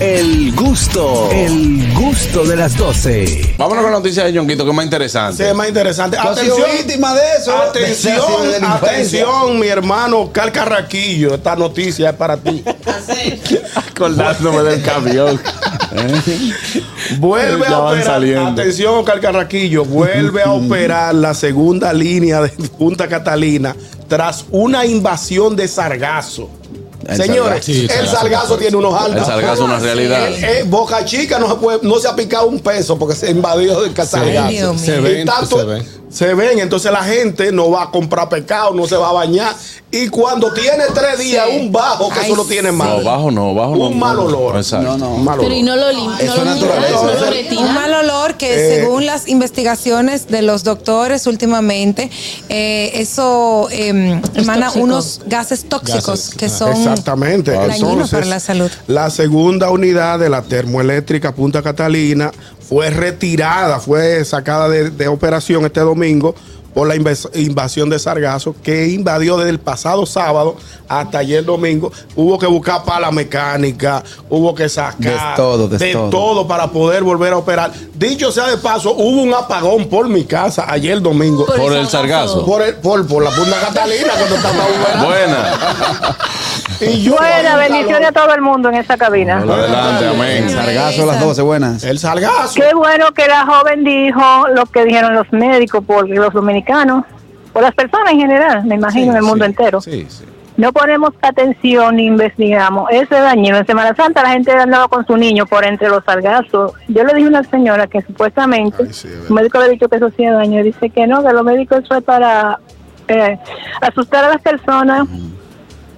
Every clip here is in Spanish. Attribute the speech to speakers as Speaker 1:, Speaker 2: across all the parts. Speaker 1: El gusto, el gusto de las 12.
Speaker 2: Vámonos con la noticia de Yonquito, que es más interesante.
Speaker 3: Sí, es más interesante.
Speaker 4: has sido víctima de eso.
Speaker 3: Atención,
Speaker 4: De esa delincuencia.
Speaker 3: atención, mi hermano Cal Carraquillo. Esta noticia es para ti.
Speaker 2: Acordándome del camión.
Speaker 3: Vuelve
Speaker 2: Ya
Speaker 3: a
Speaker 2: van
Speaker 3: operar.
Speaker 2: saliendo.
Speaker 3: Atención, Cal Carraquillo. Vuelve a operar la segunda línea de Punta Catalina tras una invasión de sargazo.
Speaker 2: El
Speaker 3: Señores,
Speaker 2: sargazo. Sí,
Speaker 3: el sargazo, tiene unos altos.
Speaker 2: El sargazo es una realidad.
Speaker 3: Eh, Boca Chica no se, puede- no se ha picado un peso porque se invadió del
Speaker 5: Ay,
Speaker 3: casargazo.
Speaker 5: Dios Se mío.
Speaker 4: ven,
Speaker 3: tanto-
Speaker 4: se ven.
Speaker 3: se ven, entonces la gente no va a comprar pescado, no se va a bañar. Y cuando tiene tres días,
Speaker 5: Sí.
Speaker 3: un bajo, que
Speaker 5: Ay,
Speaker 3: eso lo tiene
Speaker 5: sí.
Speaker 3: mal.
Speaker 2: No, bajo no, bajo no.
Speaker 3: Un mal olor.
Speaker 2: Exacto.
Speaker 4: No, no.
Speaker 3: Un mal
Speaker 6: Pero y
Speaker 3: olor.
Speaker 6: no lo limpian.
Speaker 4: Eso es
Speaker 6: no lo limpian,
Speaker 4: naturaleza.
Speaker 6: no lo
Speaker 3: Eso es-
Speaker 6: retiran.
Speaker 5: Un mal olor que
Speaker 3: Eh.
Speaker 5: según las investigaciones de los doctores últimamente, eh, eso eh, emana
Speaker 6: tóxico.
Speaker 5: unos gases tóxicos
Speaker 4: Gases.
Speaker 5: que
Speaker 4: Ah,
Speaker 5: son
Speaker 3: Exactamente.
Speaker 5: dañinos
Speaker 3: Entonces,
Speaker 5: para la salud.
Speaker 3: la segunda unidad de la termoeléctrica Punta Catalina fue retirada, fue sacada de, de operación este domingo por la inves- invasión de sargazo que invadió desde el pasado sábado hasta ayer domingo. Hubo que buscar pala mecánica, hubo que sacar
Speaker 4: De todo, de
Speaker 3: de
Speaker 4: todo.
Speaker 3: todo para poder volver a operar. Dicho sea de paso, hubo un apagón por mi casa ayer domingo.
Speaker 2: Por el sargazo.
Speaker 3: Por, el- por, por la Punta Catalina cuando estaba operando.
Speaker 2: Buena.
Speaker 3: Y yo
Speaker 7: Buenas,
Speaker 3: ahí,
Speaker 7: bendiciones a todo el mundo en esta cabina.
Speaker 2: Hola, Adelante, amén.
Speaker 4: Sargazo a las 12, buenas.
Speaker 3: El sargazo.
Speaker 7: Qué bueno que la joven dijo lo que dijeron los médicos, porque los dominicanos, o las personas en general, me imagino, en el mundo entero,
Speaker 3: Sí, sí.
Speaker 7: no ponemos atención ni investigamos. Eso es dañino. En Semana Santa la gente andaba con su niño por entre los sargazos. Yo le dije a una señora que supuestamente,
Speaker 3: Ay, sí, es verdad.
Speaker 7: un médico le ha dicho que eso hacía daño. Dice que no, que los médicos eso es para eh, asustar a las personas.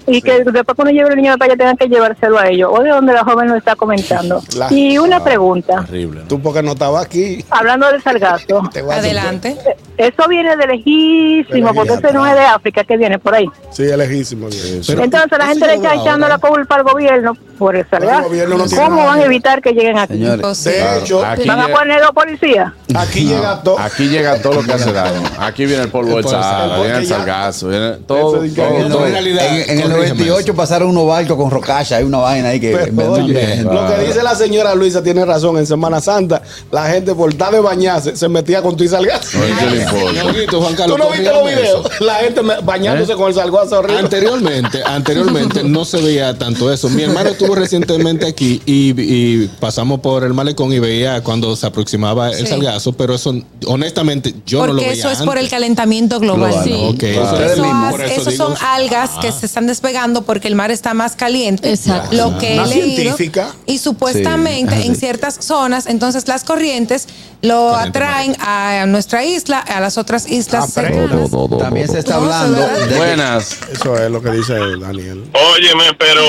Speaker 7: Y que después cuando lleve el niño de playa tengan que llevárselo a ellos. O de donde la joven lo está comentando.
Speaker 3: La-
Speaker 7: y una pregunta,
Speaker 2: Horrible. ¿no?
Speaker 3: Tú porque no estabas aquí.
Speaker 7: hablando del sargazo.
Speaker 3: Te voy a hacer-
Speaker 5: Adelante.
Speaker 7: Eso viene de lejísimo,
Speaker 3: Pero
Speaker 7: porque
Speaker 3: ya
Speaker 7: ese no es de África, que viene por ahí.
Speaker 3: Sí, es lejísimo. bien. Pero
Speaker 7: Entonces la
Speaker 4: eso
Speaker 7: gente le
Speaker 4: yo lo
Speaker 7: está
Speaker 4: hago
Speaker 7: echando la
Speaker 4: ahora.
Speaker 7: culpa al gobierno por el sargazo.
Speaker 3: ¿eh? gobierno no tiene
Speaker 7: ¿Cómo
Speaker 3: nada
Speaker 7: van
Speaker 3: que
Speaker 7: a
Speaker 3: ver.
Speaker 7: evitar que lleguen aquí?
Speaker 4: Señores,
Speaker 3: de
Speaker 8: Ah,
Speaker 5: Imposible.
Speaker 3: hecho,
Speaker 2: Aquí
Speaker 7: ¿Van a
Speaker 2: llega-
Speaker 7: poner dos policías?
Speaker 3: aquí llega todo.
Speaker 2: Aquí llega todo lo que hace daño. Aquí viene el polvo
Speaker 4: El
Speaker 2: del
Speaker 4: polvo del
Speaker 2: Sahara,
Speaker 3: Sahara.
Speaker 2: viene el
Speaker 3: Porque ya-
Speaker 2: sargazo, viene todo.
Speaker 3: Eso es que
Speaker 2: todo,
Speaker 3: en
Speaker 4: En,
Speaker 3: el
Speaker 2: todo.
Speaker 3: noventa-
Speaker 4: en- en el 98 pasaron unos barcos con rocacha, hay una vaina ahí que
Speaker 3: Pero,
Speaker 4: inventan
Speaker 3: Pues, oye,
Speaker 4: gente.
Speaker 3: lo que
Speaker 2: Claro.
Speaker 3: dice la señora Luisa tiene razón. En Semana Santa, la gente por estar de bañarse se metía con tu y salgazo.
Speaker 2: No, ¿y ¿Qué le importa?
Speaker 8: Ñonguito, Juan Carlos,
Speaker 3: ¿Tú no viste los
Speaker 8: confírmame
Speaker 3: videos?
Speaker 8: eso.
Speaker 3: La gente me- bañándose con el salgazo horrible.
Speaker 8: Anteriormente, anteriormente no se veía tanto eso. Mi hermano estuvo recientemente aquí y, y pasamos por el malecón y veía cuando se aproximaba el
Speaker 5: Sí.
Speaker 8: salgazo, pero eso honestamente yo no lo
Speaker 5: Porque
Speaker 8: veía.
Speaker 5: eso es
Speaker 8: antes.
Speaker 5: por el calentamiento global.
Speaker 4: Global,
Speaker 5: Pues Sí.
Speaker 4: ¿no?
Speaker 8: Ok,
Speaker 2: Claro.
Speaker 8: eso es-
Speaker 5: Eso
Speaker 4: mismo.
Speaker 5: has-
Speaker 8: por eso
Speaker 5: esos
Speaker 8: digo-
Speaker 5: son algas
Speaker 4: ah.
Speaker 5: que se están despegando porque el mar está más caliente.
Speaker 6: Exacto.
Speaker 5: Lo que he
Speaker 3: Una
Speaker 5: leído.
Speaker 3: científica.
Speaker 5: Y supuestamente en ciertas zonas, entonces las corrientes lo
Speaker 8: Corriente
Speaker 5: atraen a nuestra isla, a las otras islas
Speaker 3: Ah, pero-
Speaker 5: cercanas.
Speaker 2: Todo, todo, todo.
Speaker 4: También se está
Speaker 5: No,
Speaker 4: hablando
Speaker 5: ¿verdad?
Speaker 4: de
Speaker 2: Buenas.
Speaker 3: Eso es lo que dice Daniel.
Speaker 9: Óyeme, pero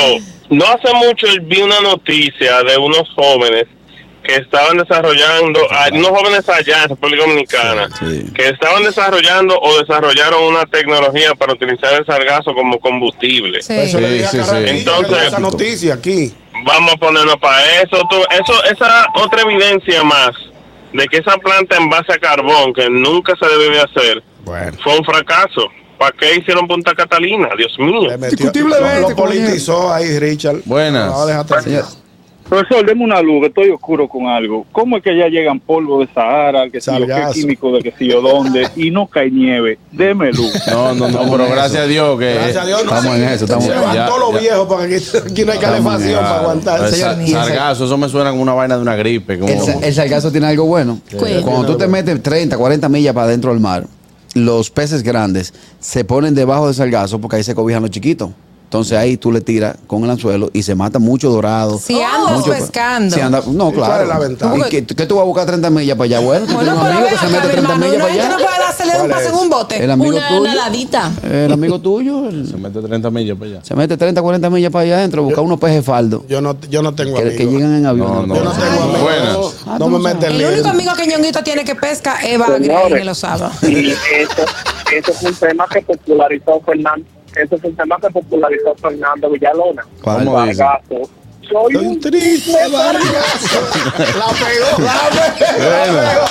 Speaker 9: no hace mucho vi una noticia de unos jóvenes que estaban desarrollando, ah, unos jóvenes allá en República Dominicana,
Speaker 2: Sí, sí.
Speaker 9: que estaban desarrollando o desarrollaron una tecnología para utilizar el sargazo como combustible.
Speaker 5: Sí.
Speaker 3: Eso le
Speaker 2: Sí,
Speaker 3: dije a
Speaker 2: sí, sí.
Speaker 3: Carraquillo,
Speaker 9: Entonces-
Speaker 3: que esa noticia aquí.
Speaker 9: Vamos a ponernos para eso. tú- eso esa otra evidencia más de que esa planta en base a carbón, que nunca se debió de hacer,
Speaker 3: Bueno.
Speaker 9: fue un fracaso. ¿Para qué hicieron Punta Catalina? Dios mío.
Speaker 3: le metió-
Speaker 4: Discutiblemente,
Speaker 3: Lo, lo politizó ahí, Richard.
Speaker 2: Buenas.
Speaker 3: No, déjate-
Speaker 4: Señor,
Speaker 10: Profesor, deme una luz, que estoy oscuro con algo. ¿Cómo es que ya llegan polvo de Sahara, que sé yo qué
Speaker 3: Sargazo.
Speaker 10: químico de que sé yo dónde, y no cae nieve? Deme luz.
Speaker 2: No, no, no,
Speaker 4: Estamos
Speaker 2: pero
Speaker 4: en
Speaker 2: gracias a Dios que.
Speaker 3: Gracias a Dios. no
Speaker 4: Estamos
Speaker 3: se-
Speaker 4: en eso, estamos
Speaker 3: se
Speaker 4: en
Speaker 3: van
Speaker 2: eh, eso.
Speaker 3: todos los
Speaker 2: Ya,
Speaker 3: viejos porque aquí, aquí no hay
Speaker 2: Estamos
Speaker 3: calefacción
Speaker 2: en-
Speaker 3: para aguantar.
Speaker 2: Sa-
Speaker 4: Señor, y esa-
Speaker 2: sargazo, eso me suena como una vaina de una gripe. Como,
Speaker 4: el, sa- el sargazo tiene algo bueno.
Speaker 6: ¿Qué?
Speaker 4: Cuando tú te metes 30, 40 millas para adentro del mar, los peces grandes se ponen debajo del sargazo porque ahí se cobijan los chiquitos. Entonces ahí tú le tiras con el anzuelo y se mata mucho dorado.
Speaker 5: Si andas
Speaker 4: mucho-
Speaker 5: pescando.
Speaker 4: si anda- no,
Speaker 3: ¿Y cuál
Speaker 4: claro.
Speaker 3: es la ventaja?
Speaker 4: ¿Y qué, qué tú vas a buscar 30 millas para allá? Bueno, tú
Speaker 5: Bueno,
Speaker 4: tienes un
Speaker 5: pero
Speaker 4: amigo
Speaker 5: ven
Speaker 4: que se
Speaker 5: acá,
Speaker 4: mete
Speaker 5: mi
Speaker 4: 30
Speaker 5: hermano,
Speaker 4: millas
Speaker 5: una
Speaker 4: para
Speaker 5: gente no
Speaker 4: allá.
Speaker 5: puede hacerle un
Speaker 3: ¿Cuál
Speaker 5: pase en
Speaker 3: es?
Speaker 5: un
Speaker 4: El
Speaker 5: bote.
Speaker 4: amigo
Speaker 6: Una
Speaker 4: tuyo.
Speaker 6: nadadita.
Speaker 4: El amigo tuyo. el-
Speaker 2: se mete 30 millas para allá.
Speaker 4: se mete 30, 40 millas para allá adentro, busca unos peces faldos
Speaker 3: Yo no, yo no tengo
Speaker 4: que,
Speaker 3: amigos.
Speaker 4: que llegan en avión.
Speaker 2: No, no.
Speaker 3: Yo no
Speaker 2: Ah,
Speaker 3: tengo amigos.
Speaker 2: buenas.
Speaker 4: Ah,
Speaker 3: No
Speaker 4: tú
Speaker 3: me
Speaker 4: no
Speaker 3: metes
Speaker 5: El
Speaker 3: lío.
Speaker 5: único amigo que Ñonguito tiene que pesca es Eva Green y lo sabe.
Speaker 10: Y eso, eso fue un tema que popularizó Fernando, eso fue un tema que popularizó Fernando Villalona.
Speaker 4: ¿Cuál?
Speaker 2: ¿Cómo dice?
Speaker 10: Sargazo,
Speaker 7: Soy
Speaker 3: Estoy triste, Vargas. La pegó, la pegó.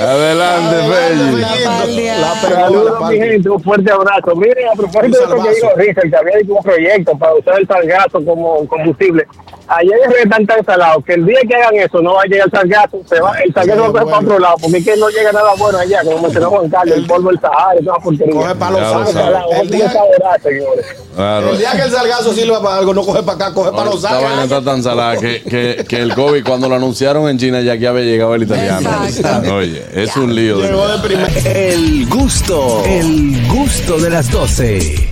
Speaker 2: Adelante, Feli.
Speaker 3: La pegó, la
Speaker 10: Saludos, mi
Speaker 3: parte.
Speaker 10: gente, un fuerte abrazo. Miren, a propósito de lo que dijo Richard, que había hecho un proyecto para usar el sargazo como combustible. Ayer el río está tan salado que el día que hagan eso no va a llegar el sargazo, se va, el sargazo va a coger para otro lado, porque es que no llega nada bueno allá, como mencionó Juan Carlos, el polvo del Sahara y toda porquería.
Speaker 3: Coge palo
Speaker 2: Ya lo
Speaker 3: santo.
Speaker 2: sabe.
Speaker 10: Salado,
Speaker 3: El día,
Speaker 10: está voraz, señores.
Speaker 2: Claro.
Speaker 3: el día que el salgazo sirva para algo, no coge para acá, coge para los
Speaker 2: Esta vaina
Speaker 3: salgas.
Speaker 2: está tan salada que, que, que el COVID, cuando lo anunciaron en China, ya que había llegado el italiano.
Speaker 5: Exacto.
Speaker 2: Oye, es un lío. de
Speaker 3: Llegó de primera.
Speaker 1: El gusto, el gusto de las 12.